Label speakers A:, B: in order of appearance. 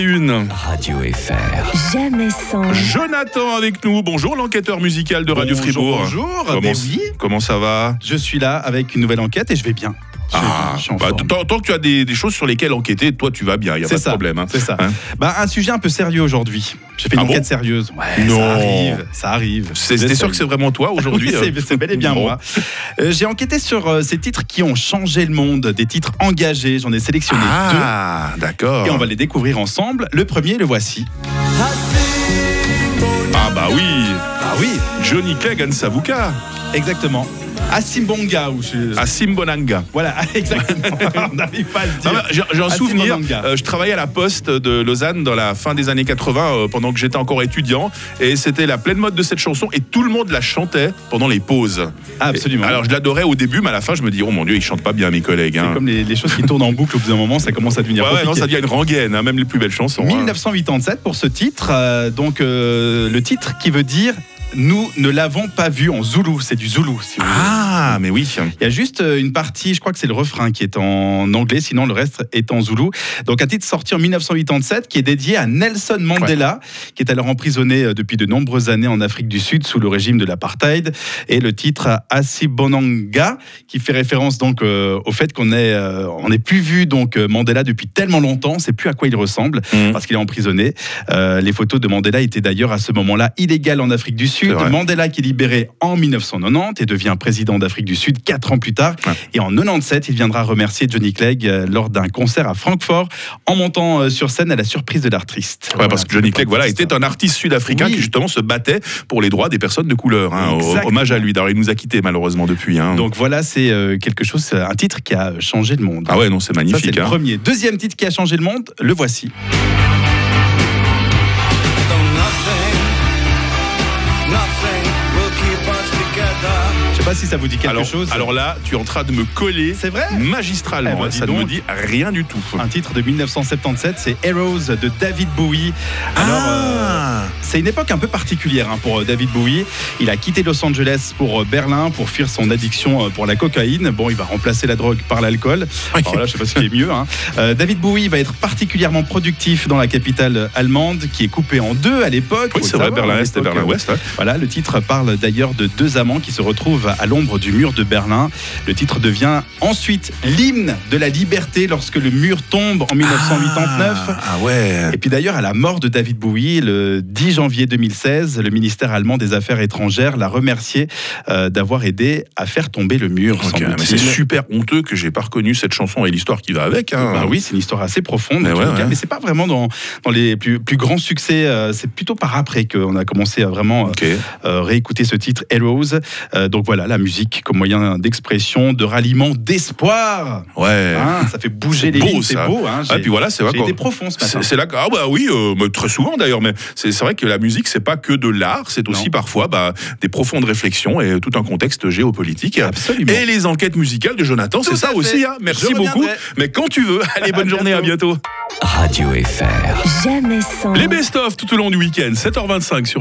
A: 21.
B: Radio FR.
C: Jamais sans.
A: Jonathan avec nous. Bonjour, l'enquêteur musical de Radio
D: Bonjour,
A: Fribourg.
D: Bonjour,
A: Comment,
D: Ben oui,
A: comment ça va
D: je suis là avec une nouvelle enquête et je vais bien. Je,
A: Ah,
D: je suis en
A: bah,
D: forme.
A: tant, tant que tu as des, des choses sur lesquelles enquêter, toi tu vas bien, il n'y a
D: C'est
A: pas de
D: ça,
A: problème. hein.
D: c'est ça.
A: Hein
D: Bah, un sujet un peu sérieux aujourd'hui. J'ai fait une
A: Ah bon
D: enquête sérieuse. Ouais,
A: Non.
D: Ça arrive, ça arrive.
A: C'est- T'es sûr que c'est vraiment toi aujourd'hui euh.
D: Oui, c'est- c'est bel et bien
A: Bon.
D: moi. Euh, J'ai enquêté sur euh, ces titres qui ont changé le monde, des titres engagés. J'en ai sélectionné
A: Ah, d'accord.
D: deux et on va les découvrir ensemble. Le premier, le voici.
A: Ah, bah oui,
D: Ah oui,
A: Johnny Kagan Savuka,
D: exactement. Asimbonga ou je-
A: à Simbonanga.
D: Voilà, exactement. on n'arrive pas à le
A: Non,
D: dire.
A: mais J'ai j'ai un
D: À
A: souvenir,
D: Simbonanga.
A: euh, je travaillais à la poste de Lausanne dans la fin des années 80 euh, pendant que j'étais encore étudiant et c'était la pleine mode de cette chanson et tout le monde la chantait pendant les pauses.
D: Ah, absolument.
A: Et- Alors je l'adorais au début mais à la fin je me dis oh mon dieu ils chantent pas bien mes collègues. hein.
D: C'est comme les, les choses qui tournent en boucle au bout d'un moment, ça commence à devenir
A: Ouais, ouais, non,
D: compliqué.
A: ça devient une rengaine, hein, même les plus belles chansons. hein.
D: 1987 pour ce titre, euh, donc euh, le titre qui veut dire nous ne l'avons pas vu en zoulou, c'est du zoulou. si vous voulez.
A: Ah, mais oui.
D: Il y a juste euh, une partie, je crois que c'est le refrain qui est en anglais, sinon le reste est en zoulou. Donc un titre sorti en 1987 qui est dédié à Nelson Mandela, qui est alors emprisonné euh, depuis de nombreuses années en Afrique du Sud sous le régime de l'apartheid. Et le titre Asibonanga, qui fait référence donc euh, au fait qu'on est, euh, on n'est plus vu donc euh, Mandela depuis tellement longtemps, c'est plus à quoi il ressemble
A: Mhm.
D: parce qu'il est emprisonné. Euh, les photos de Mandela étaient d'ailleurs à ce moment-là illégales en Afrique du Sud.
A: C'est vrai.
D: Mandela qui est libéré en 1990 et devient président d'Afrique du Sud quatre ans plus tard.
A: Ouais.
D: Et en 97, il viendra remercier Johnny Clegg euh, lors d'un concert à Francfort en montant euh, sur scène à la surprise de l'artiste.
A: Ouais, parce que Johnny Clegg voilà,
D: c'était
A: était un artiste sud-africain
D: Oui.
A: qui justement se battait pour les droits des personnes de couleur. hein.
D: Exactement.
A: Hommage à lui. D'ailleurs, il nous a quittés malheureusement depuis. hein.
D: Donc voilà, c'est euh, quelque chose, c'est un titre qui a changé le monde.
A: ah ouais, non, c'est
D: Ça, c'est
A: magnifique.
D: le
A: hein.
D: premier. Deuxième titre qui a changé le monde, le voici. Je sais pas si ça vous dit quelque
A: alors,
D: chose.
A: alors là, tu es en train de me coller
D: c'est vrai
A: magistralement.
D: Eh ben,
A: hein.
D: dis
A: ça ne me
D: donc.
A: dit rien du tout.
D: Un titre de 1977, c'est Heroes de David Bowie. Alors, euh,
A: Ah.
D: c'est une époque un peu particulière hein, pour euh, David Bowie. Il a quitté Los Angeles pour euh, Berlin pour fuir son addiction euh, pour la cocaïne. Bon, il va remplacer la drogue par l'alcool. Alors là, je sais pas ce qui est mieux. hein. Euh, David Bowie va être particulièrement productif dans la capitale allemande, qui est coupée en deux à l'époque.
A: oui,
D: Faut
A: c'est
D: le
A: vrai,
D: savoir, à
A: Berlin-Est et hein.
D: hein, l'époque, euh,
A: Berlin-Ouest. ouais.
D: voilà, le titre parle d'ailleurs de deux amants qui se retrouvent à l'ombre du mur de Berlin. Le titre devient ensuite l'hymne de la liberté lorsque le mur tombe en 1989.
A: Ah ouais.
D: Et puis d'ailleurs, à la mort de David Bowie, le 10 janvier 2016, le ministère allemand des Affaires étrangères l'a remercié euh, d'avoir aidé à faire tomber le mur.
A: Ok,
D: semble-t-il.
A: euh, mais c'est super honteux que j'ai pas reconnu cette chanson et l'histoire qui va avec. hein.
D: Bah oui, c'est une histoire assez profonde,
A: Mais
D: en tout
A: ouais,
D: cas,
A: ouais.
D: mais c'est pas vraiment dans, dans les plus, plus grands succès. euh, c'est plutôt par après qu'on a commencé à vraiment
A: Ok.
D: euh, réécouter ce titre Heroes. Euh, donc voilà, la musique comme moyen d'expression, de ralliement, d'espoir.
A: Ouais.
D: Hein, ça fait bouger les
A: Beau,
D: lignes, c'est
A: ça.
D: beau. Hein, j'ai
A: Ah, puis voilà, c'est vrai
D: j'ai
A: qu'on-
D: été profond ce matin.
A: C'est c'est là que- ah bah oui euh, mais très souvent d'ailleurs mais c'est c'est vrai que la musique c'est pas que de l'art c'est aussi
D: Non.
A: parfois bah, des profondes réflexions et tout un contexte géopolitique
D: Absolument.
A: et les enquêtes musicales de Jonathan c'est
D: Tout
A: ça
D: à
A: aussi
D: fait.
A: hein. merci
D: Je
A: beaucoup
D: reviendrai.
A: mais quand tu veux allez bonne
D: À
A: journée à bientôt
B: Radio FR.
C: Jamais sans.
A: les best of tout au long du week-end 7h25 sur